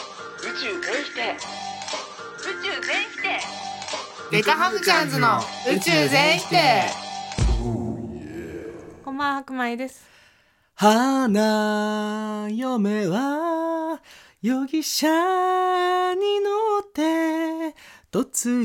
宙全否定宇宙全否定デカハムチャンズの宇宙全否定こんばんは白米です花嫁は容疑者に乗って嫁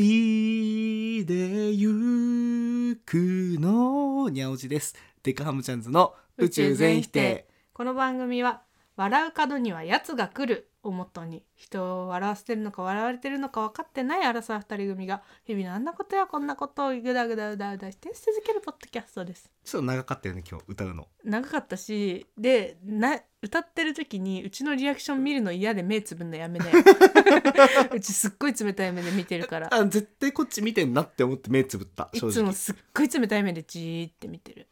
いでゆくのにゃおじですデカハムチャンズの宇宙全否定この番組は笑う角にはやつが来るをもとに人を笑わせてるのか笑われてるのか分かってない荒沢二人組が日々のあんなことやこんなことをぐだぐだうだうだして続けるポッドキャストですちょっと長かったよね今日歌うの長かったしでな歌ってる時にうちのリアクション見るの嫌で目つぶんのやめ ねうちすっごい冷たい目で見てるからあ絶対こっち見てんなって思って目つぶったい正つ直もすっごい冷たい目でじーって見てる、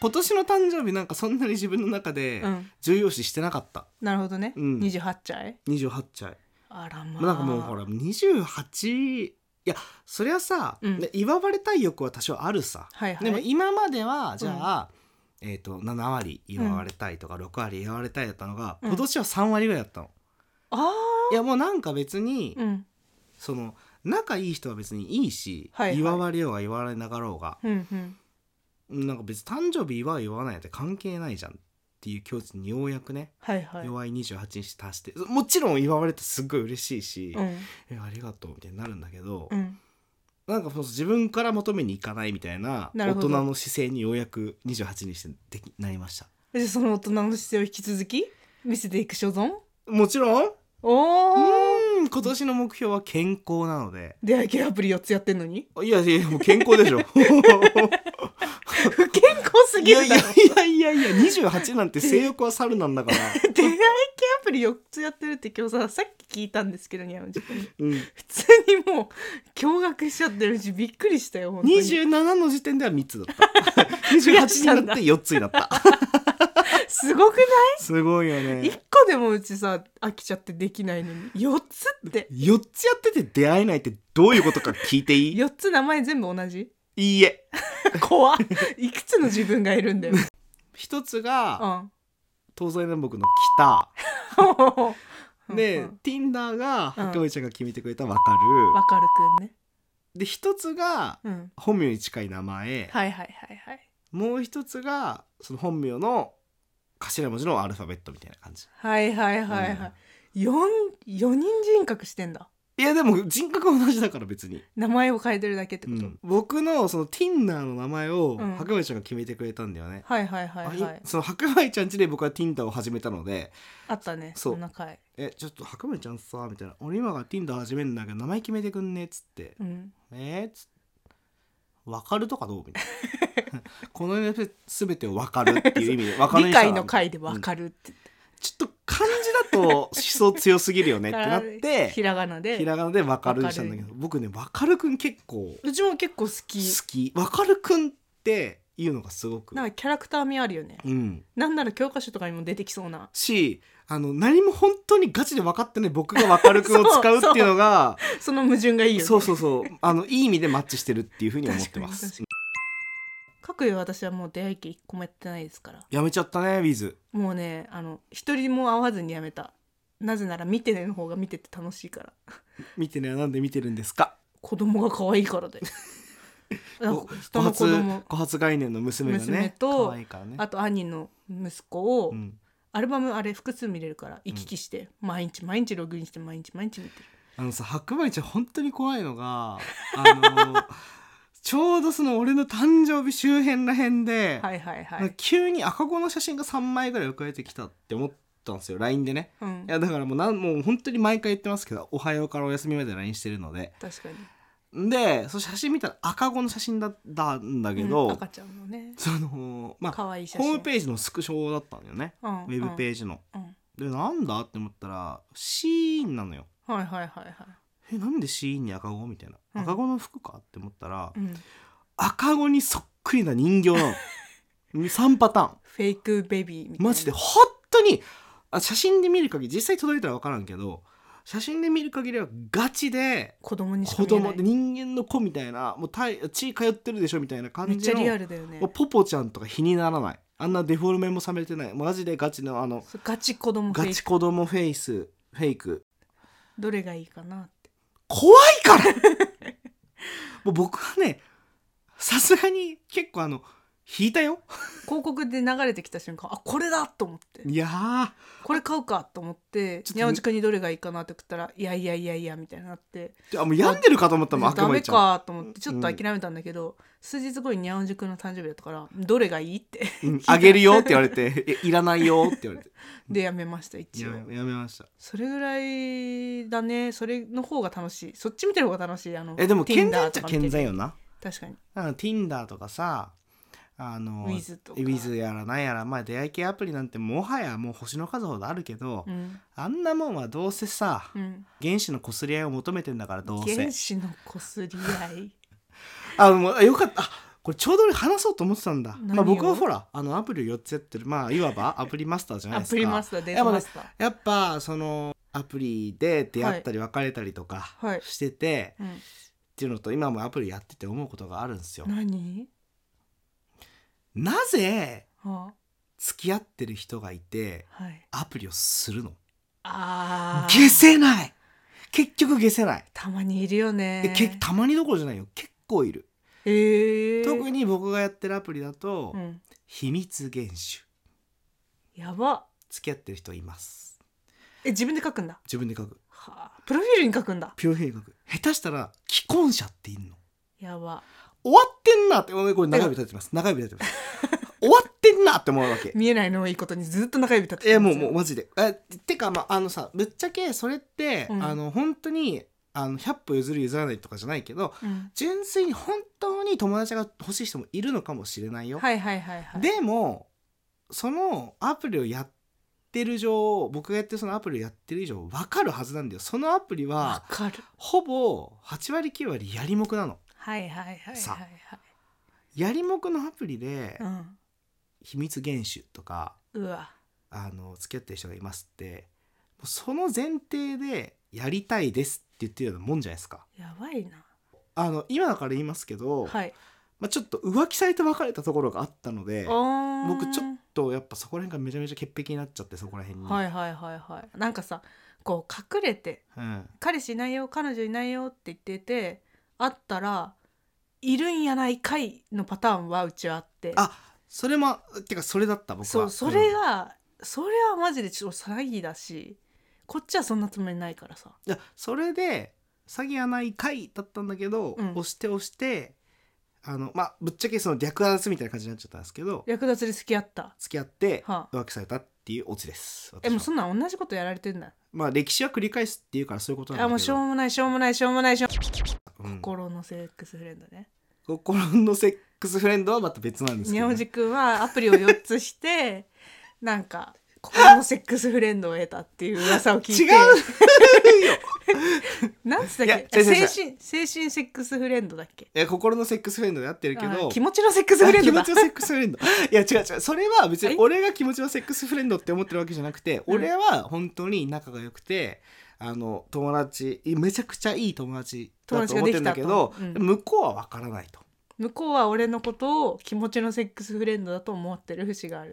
今年の誕生日なんかそんなに自分の中でうん重要視してなかったなるほどね、うん28歳28歳あらまあなんかもうほら28いやそりゃさ、うんね祝われたい欲は多少あるさ、はいはいでも今まではじゃあ、えー、と7割祝われたいとか6割祝われたいだったのが、うん今年は3割ぐらいだったの。あいやもうなんか別に、ーうんその仲いい人は別にいいし、はいはい祝われようが祝われなかろうがうんうんなんか別に誕生日祝う祝わないって関係ないじゃんっていう境地にようやくね、はいはい弱い28日達してもちろん祝われてすっごい嬉しいし、うんえありがとうみたいになるんだけど、うんなんかその自分から求めに行かないみたいななる大ほど人の姿勢にようやく28にしてできなりましたでその大人の姿勢を引き続き見せていく所存もちろんうおおーん今年の目標は健康なので出会い系アプリ4つやってんのにいやいやもう健康でしょ不健康 すいぎ やるいだやろいやいやいや28なんて性欲は猿なん だから、出会い系アプリ4つやってるって今日ささっき聞いたんですけどにゃんじうん、普通にもう驚愕しちゃってるしびっくりしたよ本当に27の時点では3つだった 28になって4つになった すごくないすごいよね1個でもうちさ飽きちゃってできないのに4つって4つやってて出会えないってどういうことか聞いていい4つ名前全部同じいいえ怖っ いくつの自分がいるん だよ、一つが、うん東西南北の北 で、うん Tinder がうん白米ちゃんが決めてくれた「わかるわかるくんね、」で一つがうん、本名に近い名前、はいはいはいはいもう一つがその本名の頭文字のアルファベットみたいな感じはいはいはいはい、四四人人格してんだいやでも人格は同じだから別に、名前を変えてるだけってうこと、ん僕のその Tinder の名前をうん白米ちゃんが決めてくれたんだよね、はいはいはいはあいいその白米ちゃんちで僕は Tinder を始めたのであったねそそうそんな回「えちょっと白米ちゃんさ」みたいな「俺今が Tinder 始めるんだけど名前決めてくんね」っつってうんえー、つわかるとかどうみたいな この世すべてをわかるっていう意味でわかる理にしたら解の回でわかるってちょっと漢字だと思想強すぎるよねってなっ からひてらがなでひらがなでわかるにしたんだけど僕ねわかるくん結構うちも結構好き好きわかるくんっていうのがすごくなんかキャラクター味あるよねうんなんなら教科書とかにも出てきそうな しあの何も本当にガチで分かってない僕がわかるくんを使うっていうのがその矛盾がいいよねそうそうそうあのいい意味でマッチしてるっていうふうに思ってま確かに確すかくいう私はもう出会い系一個もやってないですからやめちゃったねウィズもうねあの一人も会わずにやめたなぜなら見てねの方が見てて楽しいから見てねなんで見てるんですか子供が可愛いから でなんかご人の子ご供発ご発概念の娘がね娘と可愛いからねあと兄の息子を、うん、アルバムあれ複数見れるから行き来して、毎日毎日ログインして毎日毎日見てるあのさ白米ちゃん本当に怖いのがあの ちょうどその俺の誕生日周辺らへんで、はいはいはなんかい、急に赤子の写真が3枚ぐらい送られてきたって思ったんですよ LINE でねうんい、やだからもうなんもう本当に毎回言ってますけど「おはよう」から「お休み」まで LINE してるので確かにでその写真見たら赤子の写真だったんだけど、うん赤ちゃんのねそのまあ可愛い写ホ真ームページのスクショだったんだよね、うんウェブページの。うんでなんだって思ったらシーンなのようんはいはいはいはい、えなんでシーンに赤子みたいな、うん赤子の服かって思ったら、うん、赤子にそっくりな人形なの3 パターンフェイクベビーみたいなマジで本当にあ写真で見る限り実際届いたら分からんけど写真で見る限りはガチで子供にしか子見えな供いで人間の子みたいなもうたい血通ってるでしょみたいなめっ感ちじゃのリアルだよねもうポポちゃんとか比にならないあんなデフォルメもされてないマジでガチのあのそうガチ子供フェガイチク子供フェイスフェイクどれがいいかなって怖いからもう僕はねさすがに結構あの引いたよ広告で流れてきた瞬間あこれだと思っていやーこれ買うかと思ってちょっとにゃおじくんにどれがいいかなって送ったらいやいやいやいやみたいになってじゃあもう病んでるかと思ったもんダ悪魔メいちゃかと思ってちょっと諦めたんだけど、数日後ににゃおじくんの誕生日だったからどれがいいって ん、うんあげるよって言われてえいらないよって言われてでやめました一や応めやめましたそれぐらいだねそれの方が楽しいそっち見てる方が楽しいあのえでも健 Tinder 全っちゃとか見てる健全よな確かにあの Tinder とかさあの Wiz とか Wiz やらなんやらまあ出会い系アプリなんてもはやもう星の数ほどあるけど、うんあんなもんはどうせさ、うん原子の擦り合いを求めてんだからどうせ原子のこすり合いあもうあよかったあこれちょうど俺話そうと思ってたんだ、何をまあ、僕はほらあのアプリを4つやってるまあいわばアプリマスターじゃないアですかプリマスターデートマスター、やっぱそのアプリで出会ったり別れたりとかはいしてて、っうん、ていうのと今もアプリやってて思うことがあるんですよ。何、なぜは付き合ってる人がいてあ、はいアプリをするのあー消せない結局消せない、たまにいるよでねけたまにどころじゃないよ結構いる、えー、特に僕がやってるアプリだと、うん、秘密厳守やば付き合ってる人いますえ自分で書くんだ自分で書くはあプロフィールに書くんだピロフィール書く下手したら既婚者っていんのやば終わってんなって俺これ中指立ってます中指立ってます 終わってんなって思うわけ見えないのをいいことにずっと中指立ててえもうもうマジでえてかまああのさぶっちゃけそれって、うんあの本当にあの100歩譲る譲らないとかじゃないけどう、うん、純粋に本当に友達が欲しい人もいるのかもしれないよ、はいはいはいはいでもそのアプリをやってる以上僕がやってるそのアプリをやってる以上分かるはずなんだよそのアプリわはかるほぼ8割9割やりもくなのはいはいはいはいさはいやりもくのアプリでうん秘密厳守とかうわあの付き合ってる人がいますってもうその前提でやりたいですって言ってるようなもんじゃないですかやばいなあの今だから言いますけど、はいまあ、ちょっと浮気されて別れたところがあったので僕僕ちょっとやっぱそこら辺がめちゃめちゃ潔癖になっちゃってそこら辺に、はいはいはいはいなんかさこう隠れてうん、彼氏いないよ彼女いないよって言ってて会ったらいるんやないかいのパターンはうちはあってあそれもてかそれだった僕はそうそれうんいが、それはマジでちょっと詐欺だしこっちはそんなつもりないからさやそれで詐欺はない回だったんだけど、うん押して押してあのまあぶっちゃけその略圧みたいな感じになっちゃったんですけど略奪に付き合った付き合っては浮気されたっていうオチです私えもうはそんなん同じことやられてんだまあ歴史は繰り返すっていうからそういうことなあんだもうけしょうどもないしょうもないしょうもないしょうもないうん心のセックスフレンドね心のセックスフレンドはまた別なんですけにゃどおね、じくんはアプリを4つしてなんか心のセックスフレンドを得たっていう噂を聞いて違うよなんつったっいや違けえう違う違う精神精神セックスフレンドだっけいや心のセックスフレンドでやってるけあど気持ちのセックスフレンドだあ気持ちのセックスフレンドいや違う違うそれは別にえ俺が気持ちのセックスフレンドって思ってるわけじゃなくて、うん俺は本当に仲が良くてあの友達めちゃくちゃいい友達だと思ってるんだけど友、達ができたと向こうは分からないと。っ向こうは俺のことを気持ちのセックスフレンドだと思ってる節があるっ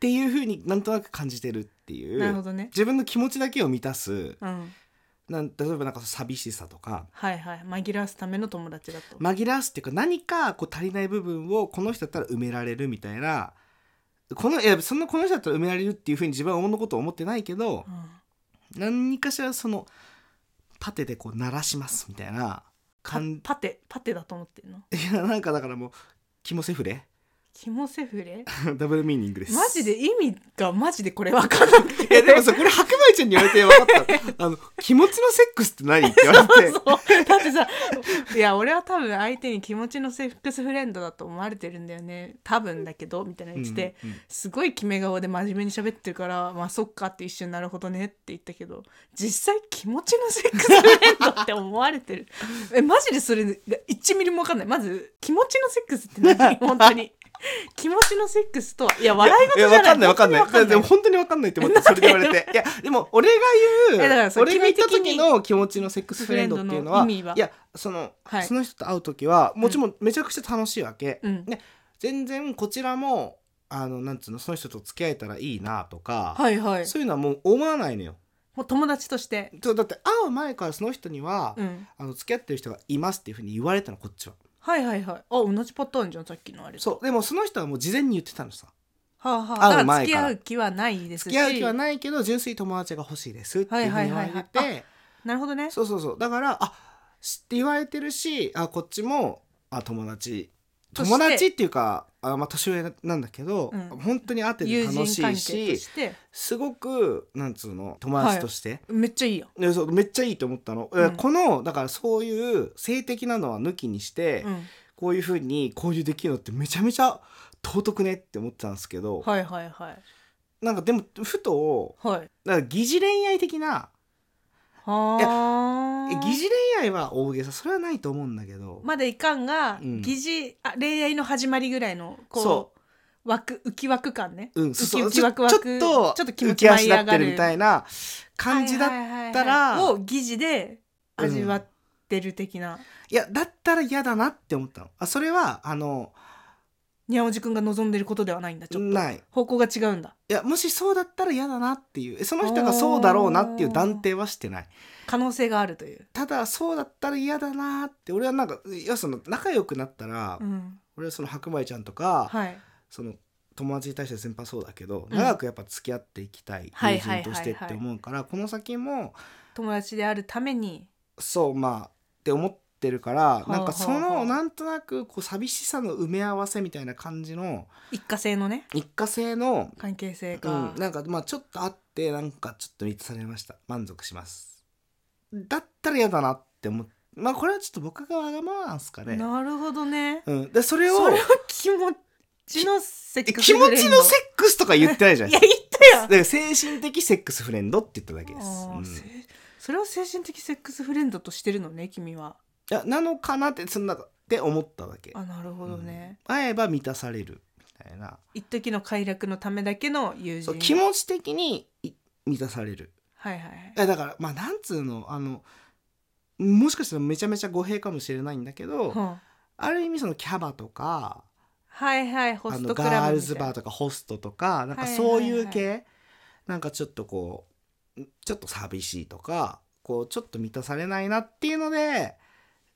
てていうふうになんとなく感じてるっていうなるほどね自分の気持ちだけを満たすうんなん例えばなんか寂しさとかはいはい紛らわすための友達だと、紛らわすっていうか何かこう足りない部分をこの人だったら埋められるみたいなこのいやそんなこの人だったら埋められるっていうふうに自分はのことを思ってないけど何かしらそのパテでこう鳴らしますみたいなうん感パパテパテだと思ってんのいやなんかだからもうキモセフレキモセフレ ダブルミーニングですマジで意味がマジでこれ分かんなくいてやでもさこれ白米ちゃんに言われて分かったあの気持ちのセックスって何って言われて そうだってさいや俺は多分相手に気持ちのセックスフレンドだと思われてるんだよね多分だけどみたいな言ってて、うんうんすごい決め顔で真面目に喋ってるからまあそっかって一瞬なるほどねって言ったけど実際気持ちのセックスフレンドって思われてる えマジでそれが1ミリも分かんないまず気持ちのセックスって何本当に 気持ちのセックスとはいや笑い事いじやゃないわかんないわかんない本当にわでも本当にわかんないって思ってそれで言われて いやでも俺が言うえだからそう俺が言った君時的にの気持ちのセックスフレンドっていうのはフレンドの意味はいやその、はいその人と会う時はもちろんめちゃくちゃ楽しいわけ、うんね、全然こちらもあのなんつうのその人と付き合えたらいいなとか、はいはいそういうのはもう思わないのよもう友達として、そうだって会う前からその人には、うん、あの付き合ってる人がいますっていうふうに言われたのこっちははいはいはいあ同じパターンじゃんさっきのあれとそうでもその人はもう事前に言ってたのさはあは会あ、だかうら前付きから合う気はないですし付き合う気はないけど純粋に友達が欲しいですっていうふうに言われてて、はいはいなるほどねそうそうそうだからあ知って言われてるしあこっちもあ友達として友達っていうかあ、まあ、年上なんだけど、うん本当に会ってて友人楽し関い係とししてすごくなんつうの友達として、めっちゃいいやん、でそうめっちゃいいと思ったの、うんこのだからそういう性的なのは抜きにして、うん、こういうふうに交流できるのってめちゃめちゃ尊くねって思ってたんですけど、はいはいはいなんかでもふとはいだから疑似恋愛的なはえあ疑似恋愛は大げさそれはないと思うんだけど、まだいかんが、うん疑似あ恋愛の始まりぐらいのこそう枠浮き枠感ね、うん、ウそキうウキワクワクちょっとちょっと気持浮ちき舞い足上が立るってるみたいな感じだ、はいいはいはいはいたらを疑似で味わってる的な、やだったら嫌だなって思ったのあそれはあのにゃおじくんが望んでることではないんだちょっとない方向が違うんだいやもしそうだったら嫌だなっていうえその人がそうだろうなっていう断定はしてない可能性があるという、ただそうだったら嫌だなって俺はなんかいやその仲良くなったら、うん、俺はその白米ちゃんとか、はいその友達に対して先輩そうだけど、うん長くやっぱ付き合っていきたいはい友はいはい人はとしいてって思うから、この先も友達であるためにそうまあって思ってるから、あなんかそはあはのあなんとなくこう寂しさの埋め合わせみたいな感じの一過性のね一過性の、関係性うがん、、なんかまあちょっとあってなんかちょっと満たされました満足しますだったら嫌だなって思ってまあこれはちょっと僕がわがままなんですかね。なるほどねうん、でそれをそれは気持ちのセえックス気持ちのセックスとか言ってないじゃいないやです言ったやかだんから精神的セックスフレンドって言っただけであーすせ、それを精神的セックスフレンドとしてるのね君はうん、いやなのかなってそんなって思っただけあなるほどね、会えば満たされるみたいな一時の快楽のためだけの友そう気人持ち的にい満たされるはいはいはいいやだからまあなんつうのあのもしかしたらめちゃめちゃ語弊かもしれないんだけど、はあある意味そのキャバとかはいはいホあスのトクガラーブルみたズいなバーとかホストとかなんかはいそういうは系、なんかちょっとこうんちょっと寂しいとかこうちょっと満たされないなっていうので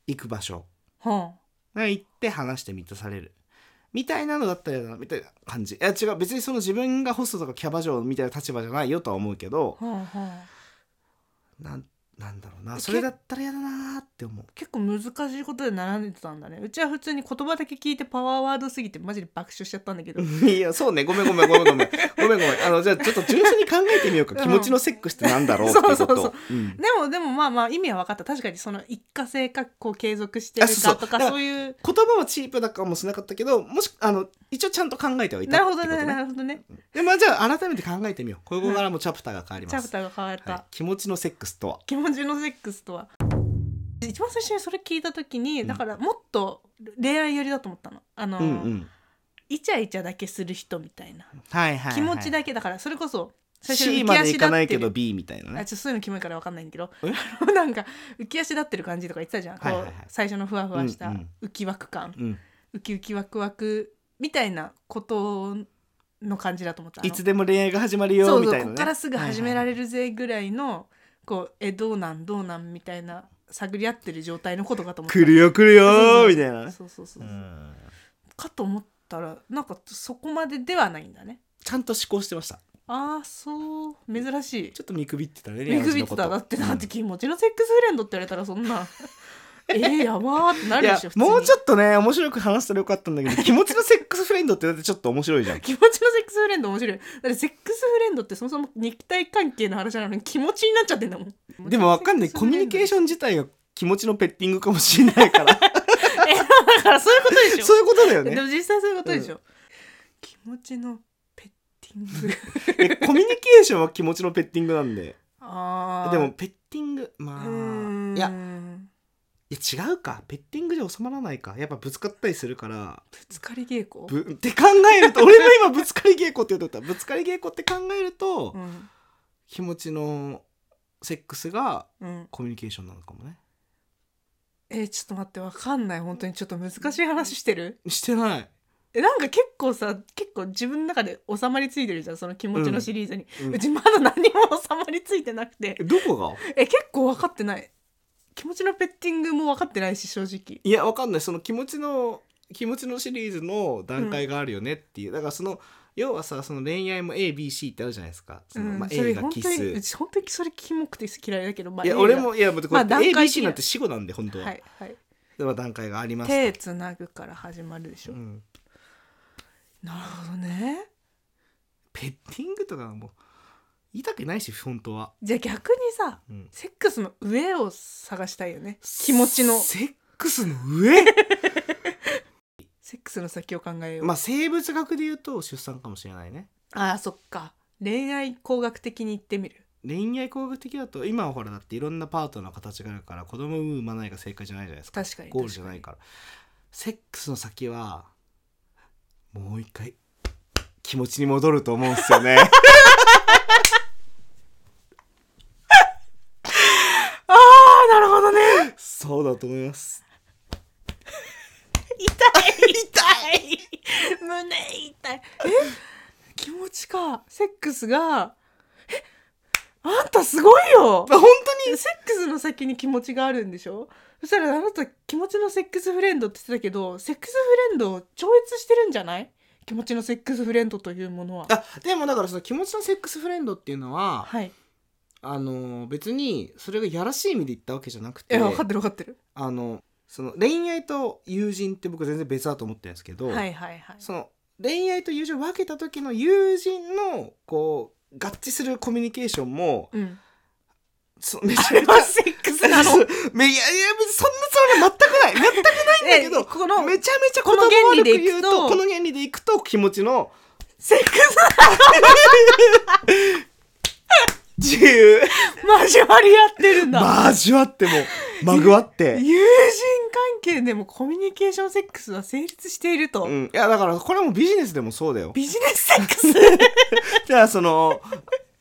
行く場所はなんか行って話して満たされるみたいなのだったら嫌だなみたいな感じいや違う別にその自分がホストとかキャバ嬢みたいな立場じゃないよとは思うけどあはあはあなんなんだろうなけそれだったら嫌だなーって思う。結構難しいことで並んでたんだねうちは普通に言葉だけ聞いてパワーワードすぎてマジで爆笑しちゃったんだけ どいやそうねごめんごめんごめんごめんごめんごめんあのじゃあちょっと純粋に考えてみようか、 う気ん持ちのセックスってなんだろうってこと そうそうそううんでもでもまあまあ意味は分かった確かにその一過性かこう継続してるあそうそかうとかだからそういう言葉はチープだかもしれなかったけどもしあの一応ちゃんと考えてはいたなってことるほどねなねるほどねでまあじゃあ改めて考えてみようここからもうチャプターが変わりチまャプす、ターが変わった、はい、気持ちのセックスとは気持ちのセックスとは一番最初にそれ聞いた時にうんだからもっと恋愛寄りだと思ったのあの、うんうんイチャイチャだけする人みたいな、はいはい、はい、気持ちだけだからそれこそ最初 C に浮きまで足い立かっないてけどる B みたいなあねちょっとそういうのキモいから分かんないんだけどえあの なんか浮き足立ってる感じとか言ってたじゃん、こうはいはいはい最初のふわふわしたうん浮き枠感、うんウキウキワクワクみたいなことの感じだと思ったあのいつでも恋愛が始まるよそうみそたういな、ね、こっからすぐ始められる、るぜぐらいの、こうえどうなんどうなんみたいな探り合ってる状態のことかと思った来るよ来るよそうそうーみたいなねそうそうそうう、んかと思ったらなんかそこまでではないんだねちゃんと思考してましたああそう珍しいちょっと見くびってたね見くびってただってだって気持ちのセックスフレンドって言われたらそん なえー、やばーってないるでやしょ普通にもうちょっとね面白く話したらよかったんだ けど気持ちのセックスフレンドってだってちょっと面白いじゃん気持ちのセックスフレンド面白いだってセックスフレンドってそもそも肉体関係の話なのに気持ちになっちゃってんだもんでもわかんないコミュニケーション自体が気持ちのペッティングかもしれないからョンだから そういうことでしょそういうことだよでねも実際そういうことでしょ、気持ちのペッティングえコミュニケーションは気持ちのペッティングなんで あーでもペッティングまうーんあいやいや違うかペッティングじゃ収まらないかやっぱぶつかったりするからぶつかり稽古、ぶって考えると俺も今ぶつかり稽古って言うとったぶつかり稽古って考えると、うん気持ちのセックスがうん、コミュニケーションなのかもねえーちょっと待ってわかんない本当にちょっと難しい話してるしてないえなんか結構さ結構自分の中で収まりついてるじゃんその気持ちのシリーズに、ううんうんちまだ何も収まりついてなくてどこがえ結構分かってない気持ちのペッティングも分かってないし正直いやわかんないその気持ちの気持ちのシリーズの段階があるよねっていう、だからその要はさその恋愛も ABC ってあるじゃないですかその、うんまあ、そ A れが本キ当にうスち本当にそれキモくて嫌いだけどまあいや A が俺もいやもうこれ、まあ段階 ABC 的ななんて死語なんで本当は、はいはいでは段階があります手つなぐから始まるでしょ、うん、なるほどねペッティングとかはもう言いたくないし本当は、じゃあ逆にさうん、セックスの上を探したいよね気持ちのセックスの上 セックスの先を考えよう、まあ生物学で言うと出産かもしれないねああそっか恋愛工学的に言ってみる恋愛工学的だと今はほらだっていろんなパートナーの形があるから子供を産まないが正解じゃないじゃないですか確かにゴールじゃないからセックスの先はもう一回気持ちに戻ると思うんですよねああなるほどね そうだと思います痛い痛い胸痛いえ気持ちかセックスがえあんたすごいよまあ本セックスの先に気持ちがあるんでしょそしたらあなた気持ちのセックスフレンドって言ってたけどセックスフレンドを超越してるんじゃない気持ちのセックスフレンドというものは当にあでもだからその気持ちのセックスフレンドっていうのははいあの別にそれがやらしい意味で言ったわけじゃなくえて分かってる分かってるあのその恋愛と友人って僕全然別だと思ってるんですけど、はいはいはいその恋愛と友情を分けた時の友人のこう合致するコミュニケーションもうんそめちゃあれめちゃはセックスなそうの めいやいや別にそんなつもりは全くない全くないんだけえどこのめちゃめちゃこの言葉悪く原理でい言うくととこの原理でいくと気持ちのセックス自由交わり合ってるんだ交わってもまぐわって、友人関係でもコミュニケーションセックスは成立していると、うん、いやだからこれはもうビジネスでもそうだよ ビジネスセックスじゃあその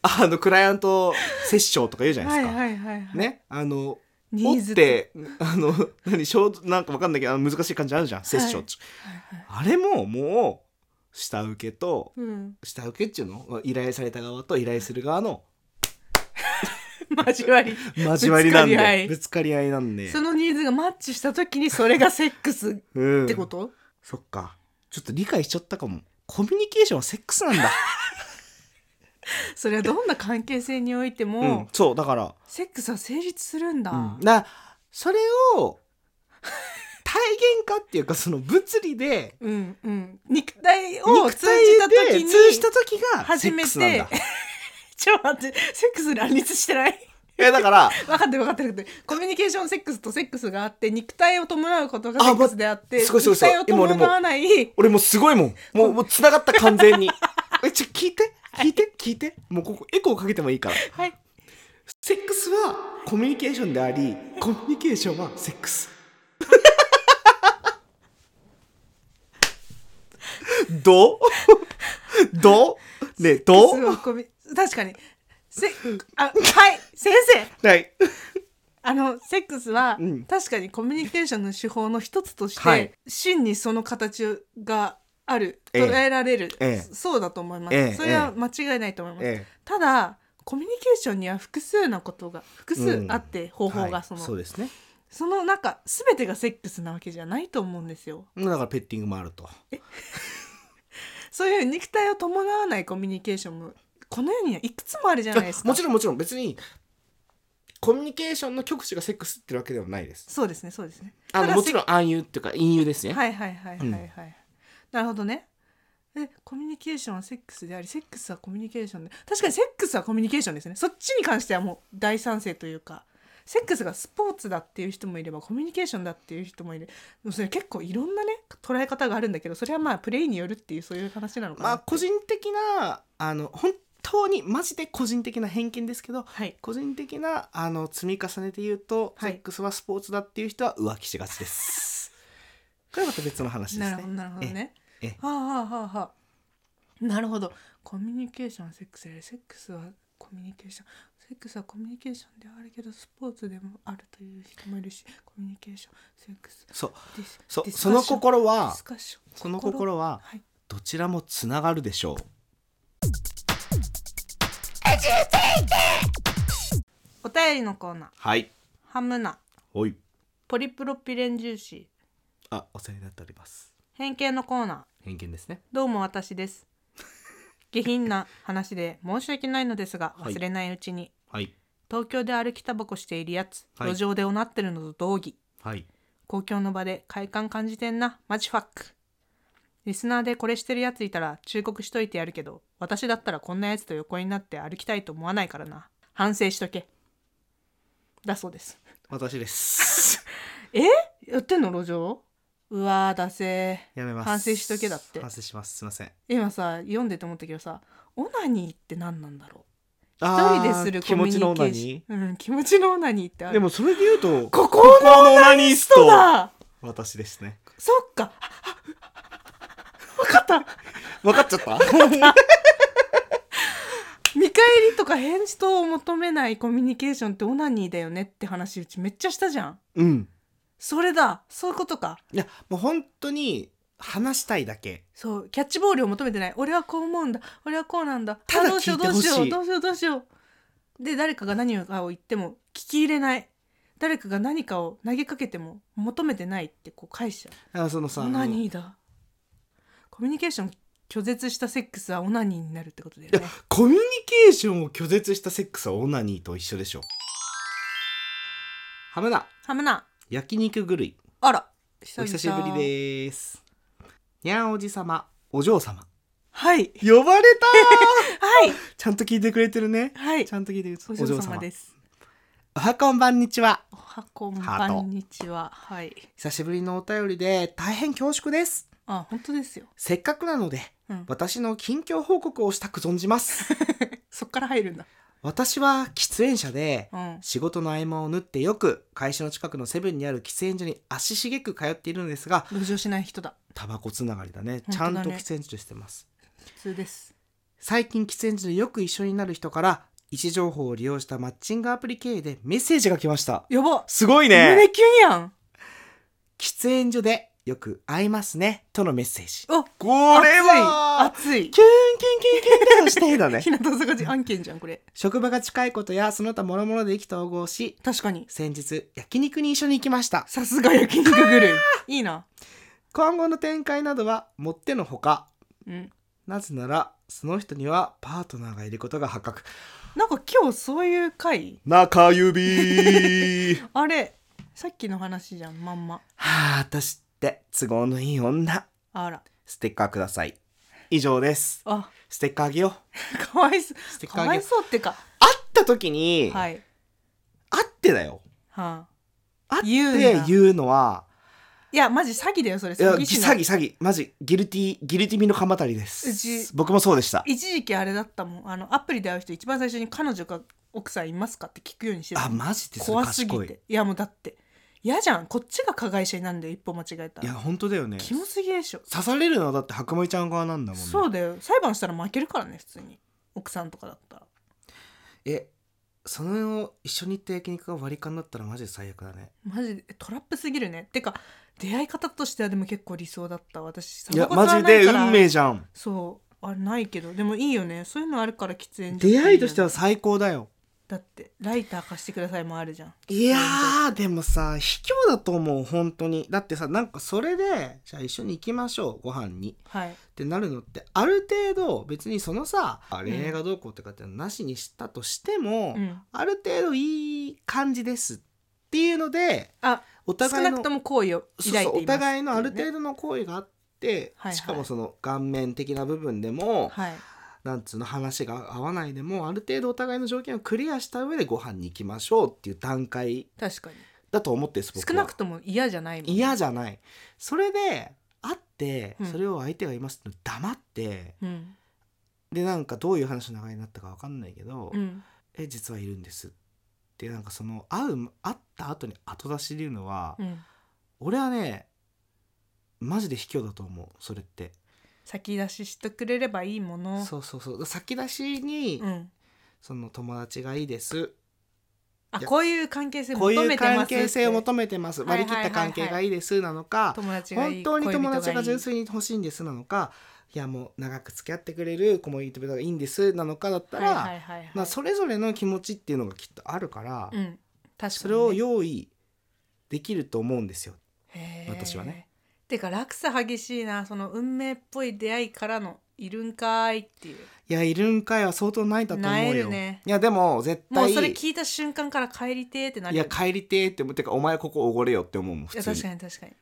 あのクライアント折衝とか言うじゃないはでいすか、はいはいはい、ねあのニ折ーっズてあの何ショートなんかわかんないけどあの難しい感じあるじゃんい摂取、あれももう下請けとうん、下請けっていうの依頼された側と依頼する側の交わり交わりなんぶつかり合でいぶつかり合いなんでそのニーズがマッチした時にそれがセックスうんってこと、そっかちょっと理解しちゃったかもコミュニケーションはセックスなんだ、それはどんな関係性においても、うん、そうだから、セックスは成立するんだ、うん、だからそれを体現化っていうかその物理でうんうん肉体を肉通じた体時でに通じた時がセ初ッめクてスなんだ ちょっと待ってセックス乱立してないえだから分かってる分かってる分かってるコミュニケーションセックスとセックスがあって肉体を伴うことがセックスであってあますごいすごい肉すごい体を伴わない俺もうすごいもん。もう、もう繋がった完全に。 え、ちょ、聞いて聞いて聞いてもうここエコーかけてもいいから。はいセックスはコミュニケーションであり、コミュニケーションはセックス。 どうどうねえ、どすうごいコミ確かにせあはい先生はい。あのセックスは、うん確かにコミュニケーションの手法の一つとして、はい真にその形があるええ捉えられる、ええそうだと思います、ええそれは間違いないと思います、えただコミュニケーションには複数のことが複数あって、え。方法はいがその、そうですね。その中全てがセックスなわけじゃないと思うんですよだからペッティングもあると。そういう肉体を伴わないコミュニケーションもこの世にはいくつもあるじゃないですかもちろんもちろん別に、コミュニケーションの極致がセックスってわけではないです。そうですねそうですねあたのだもちろん暗誘っていうか陰誘ですね。はいはいはいはういはい、んなるほどねえコミュニケーションはセックスでありセックスはコミュニケーションで確かにセックスはコミュニケーションですねそっちに関してはもう大賛成というかセックスがスポーツだっていう人もいればコミュニケーションだっていう人もいるでもそれ結構いろんなね捉え方があるんだけどそれはまあプレイによるっていうそういう話なのかな、まあ個人的なあの本当にマジで個人的な偏見ですけどはい個人的なあの積み重ねで言うと、はいセックスはスポーツだっていう人は浮気しがち です。これはまた別の話ですなるほどね。なるほどねええはあはあはあはあなるほどコミュニケーションはセックスやセックスはコミュニケーションセックスはコミュニケーションではあるけどスポーツでもあるという人もいるしコミュニケーションセックスそうディスそディスそカッションの心ディはスカッションその心ははいどちらもつながるでしょうお便りのコーナーはいハムナおいポリプロピレンジューシーあお世話になっております変形のコーナー偏見ですねどうも私です。下品な話で申し訳ないのですがはい忘れないうちに、はい東京で歩きタバコしているやつ、はい路上でおなってるのと同義はい公共の場で快感感じてんなマジファックリスナーでこれしてるやついたら忠告しといてやるけど私だったらこんなやつと横になって歩きたいと思わないからな反省しとけだそうです私です やってんの路上うわーだせーやめます反省しとけだって反省しますすいません今さ読んでて思ったけどさオナニーって何なんだろうあ一ー人でするコミュニケーション気持ちのオナニうん、気持ちのオナニーってあーるでもそれで言うとこここのオナニスそうだ私ですねそっか分かった分かっちゃった 見返りとか返事とを求めないコミュニケーションってオナニーだよねって話うちめっちゃしたじゃんうんそれだそういうことかいやもう本当に話したいだけそうキャッチボールを求めてない俺はこう思うんだ俺はこうなんだただあどうしよう聞いてどうほししいようどうしようどうしようで誰かが何かを言っても聞き入れない誰かが何かを投げかけても求めてないってこう返しちゃうあそのさオナニーだコミュニケーション拒絶したセックスはオナニーになるってことだよねコミュニケーションを拒絶したセックスはオナニーと一緒でしょハムナハムナ焼肉狂いあら久お々久しぶりですにゃんおじさまお嬢様はい呼ばれた はいちゃんと聞いてくれてるねはいちゃんと聞いてくれてお嬢様ですおはこんばんにちはおはこんハばートんにちははい久しぶりのお便りで大変恐縮ですあ本当ですよせっかくなのでうん私の近況報告をしたく存じます そっから入るんだ私は喫煙者でうん仕事の合間を縫ってよく会社の近くのセブンにある喫煙所に足しげく通っているのですが路上しない人だタバコつながりだね本ち当ゃだんねと喫煙所してます普通です最近喫煙所でよく一緒になる人から位置情報を利用したマッチングアプリ経由でメッセージが来ましたやばすごい胸キュンやん喫煙所でよく会いますねとのメッセージおこ熱いキュンキュンキュンキュンってしていいだね熱い日向坂じ案件じゃんこれ職場が近いことやその他諸々で意気投合し確かに先日焼肉に一緒に行きましたさすが焼肉狂い いいな今後の展開などはもってのほかうんなぜならその人にはパートナーがいることが発覚なんか今日そういう回中指あれさっきの話じゃんまんま はあ私って都合のいい女あらステッカーください以上ですあステッカーあげようかわいそステうッカーかあわげよいうそうってか会った時に、はい会ってだよは会っ言うてな言うのはあいやマジ詐欺だよそれいや詐欺師の詐欺詐欺マジギルティギルティミの鎌足りでうちす僕もそうでした一時期あれだったもんあのアプリで会う人一番最初に彼女か奥さんいますかって聞くようにしてたあマジでそれ怖すぎ賢いていやもうだって嫌じゃんこっちが加害者になるんだよ一歩間違えたいやら本当だよねキモすぎでしょ刺されるのはだって白米ちゃん側なんだもんねそうだよ裁判したら負けるからね普通に奥さんとかだったらえその一緒に行った焼肉が割り勘だったらマジで最悪だねマジでトラップすぎるねてか出会い方としてはでも結構理想だった私いやタバマコ吸わジないでから運命じゃんそうあれないけどでもいいよねそういうのあるから喫煙所出会いとしてはいいよね最高だよだってライター貸してくださいもあるじゃんいやーでもさ卑怯だと思う本当にだってさなんかそれでじゃあ一緒に行きましょうご飯にはいってなるのってある程度別にそのさん恋愛がどうこうとかってなしにしたとしても、うんある程度いい感じですっていうのであお少互いなのくとも好意を抱いそていうますそうお互いのある度程度の行為があって、はいはいしかもその顔面的な部分でも、はいなんつうの話が合わないでもある程度お互いの条件をクリアした上でご飯に行きましょうっていう段階確かにだと思ってるんです僕は少なくとも嫌じゃないもんね嫌じゃないそれで会ってうんそれを相手が言いますって黙って、うんでなんかどういう話の流れになったか分かんないけど「うんえ実はいるんです」ってなんかその会う会った後に後出しで言うのは、うん俺はねマジで卑怯だと思うそれって先出ししてくれればいいものそうそうそう先出しに、うんその友達がいいですあこういう関係性こう求いめうてます関係性をって求めてますはい割はいり切はいはいった関係がいいですなのか友達がい本い当に友達が恋人いい純粋に欲しいんですなのかいやもう長く付き合ってくれる恋人がいいんですなのかだったら、はいはいはいはいまあ、それぞれの気持ちっていうのがきっとあるから、うん、確かにねそれを用意できると思うんですよ。へー私はね。てか落差激しいなその運命っぽい出会いからのいるんかーいっていういやいるんかいは相当泣いたと思萎えうるよ。ねいやでも絶もう対それ聞いた瞬間から帰りてーってなるいや帰りてーって思うてかお前ここおごれよって思うもんい普や通に確かに確かに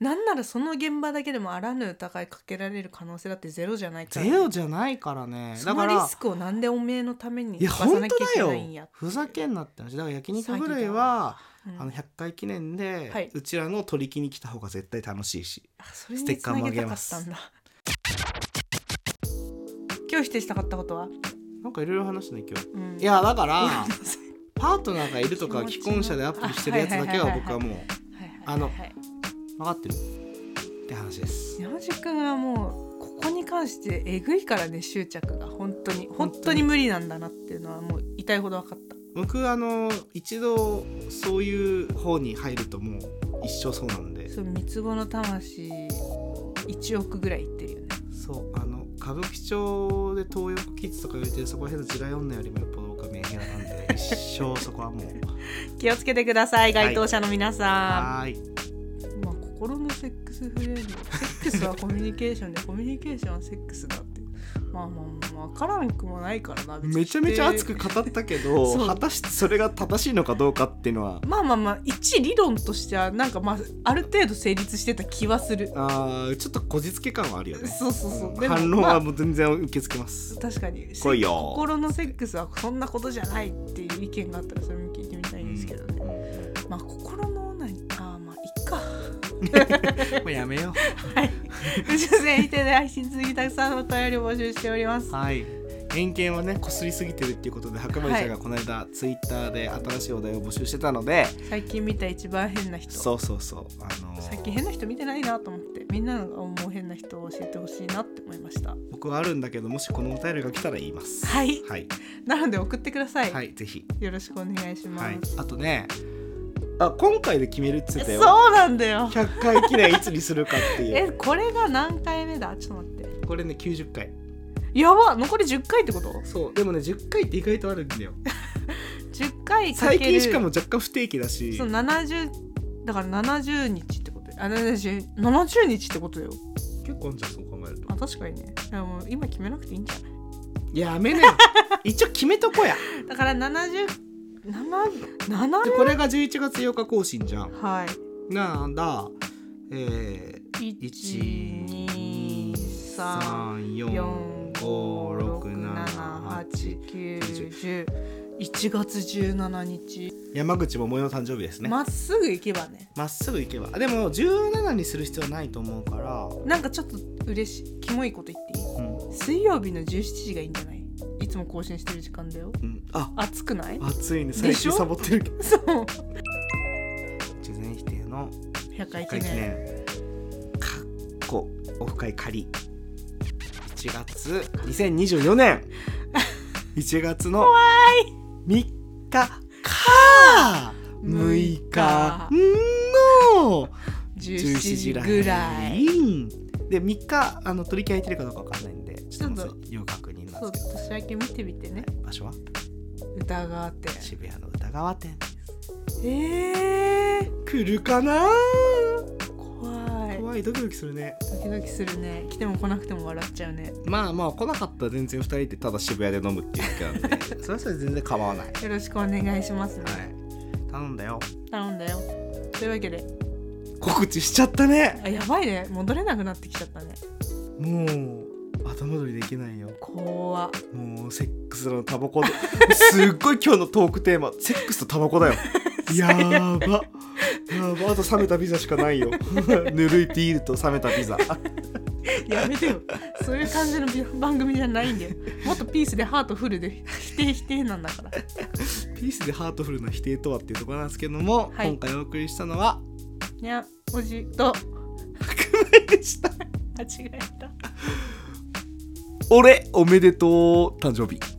なんならその現場だけでもあらぬ疑いかけられる可能性だってゼロじゃないからゼロじゃないからねそだのかリらスクをなんでおめえのためにいや犯さ本なきゃ当いけだなよいんやってふざけんなって話だから焼肉ぐら詐い欺だは、うんあの100回記念で、はいうちらの取り木に来た方が絶対楽しいしあそれステにッつカなーもあげげたかまっすたんだ今日否定したかったことは、なんかいろいろ話したね今日うん、いやだから ごめんなさいパートナーがいるとか気持ち既の婚者でアプリしてるやつだけあははいはいはいはい僕はもはいはいはいはいあのう分かってるって話です山地君はもうここに関してえぐいからね執着が本当に本当に無理なんだなっていうのはもう痛いほど分かった僕あの一度そういう方に入るともう一生そうなんでそう三つ子の魂1億ぐらいいってるよねそうあの歌舞伎町で東横キッズとか言ってるそこら辺の地雷女よりもやっぱ僕は名平なんで一生そこはも う気をつけてください該当者の皆さはーいん、まあ心のセックスフレンドセックスはコミュニケーション でコミュニケーションはセックスだってまあまあまあ分からんくもないからな別にめちゃめちゃ熱く語ったけどそう果たしてそれが正しいのかどうかっていうのはまあまあまあ一理論としてはなんかまあある程度成立してた気はするあーちょっとこじつけ感はあるよねそうそうそうんでも反応まあはもう全然受け付けます、確かに来いよ心のセックスはそんなことじゃないっていう意見があったらそれも聞いてみたいんですけどね、まあ心の女にあーまあいっか もうやめよ宇宙船移転で配信続きたくさんのお便りを募集しておりますうはい偏見はねこすりすぎてるっていうことで白馬さんがこの間、ツイッターで新しいお題を募集してたので最近見た一番変な人そうそうそうあのー最近変な人見てないなと思ってみんなが思う変な人を教えてほしいなって思いました僕はあるんだけどもしこのお便りが来たら言いますはいはい、なので送ってください、はい、ぜひ、よろしくお願いします、はい、あとねあ今回で決めるっつってたそうよなんだよ100回記念いつにするかってい えうこれが何回目だちょっと待ってこれね90回やば残り10回ってことそうでもね10回って意外とあるんだよ10回か最ける近しかも若干不定期だしそう70だから70日ってことあ70 70日ってことよ結構あんじゃんそう考えると あ確かにねいやもう今決めなくていいんじゃないやめね一応決めとこうやだから70 7で年これが11月8日更新じゃんはなんだえいー、12345678910 12345678910 1月17日、山口百恵の誕生日ですねまっすぐ行けばねまっすぐ行けばでも17にする必要はないと思うから、なんかちょっと嬉しいキモいこと言っていいうん水曜日の17時がいいんじゃないいつも更新してる時間だようん、あ暑くない暑いねで最しょ近サボってるけどそう事前否定の100回記回記念念かっこオフ会仮1月2024年 1月の3日か6日の17 17時時ぐぐららいいで3日あの取り木空いてるかどうかわかんないんでちょっちょっとと要確認なんそうです年明け見てみてねけど場所は歌があって渋谷の歌川店えー、来るかな怖い怖いドキドキするねドキドキするね来ても来なくても笑っちゃうねまあまあ来なかったら全然2人でただ渋谷で飲むっていうだけなんで それはそれで全然構わない、はよろしくお願いしますね、い、頼んだよ頼んだよというわけで告知しちゃったねあやばいね戻れなくなってきちゃったねもう後戻りできないよ怖もうセックスのタバ コですっごい今日のトークテーマセックスとタバコ だよやーばやばあと冷めたピザしかないよ ぬるいビールと冷めたピザやめてよそういう感じのび番組じゃないんだよもっとピースでハートフルで否定否定なんだからピースでハートフルな否定とはっていうところなんですけども、はい今回お送りしたのは にゃおじと白米でした間違えた俺おめでとう誕生日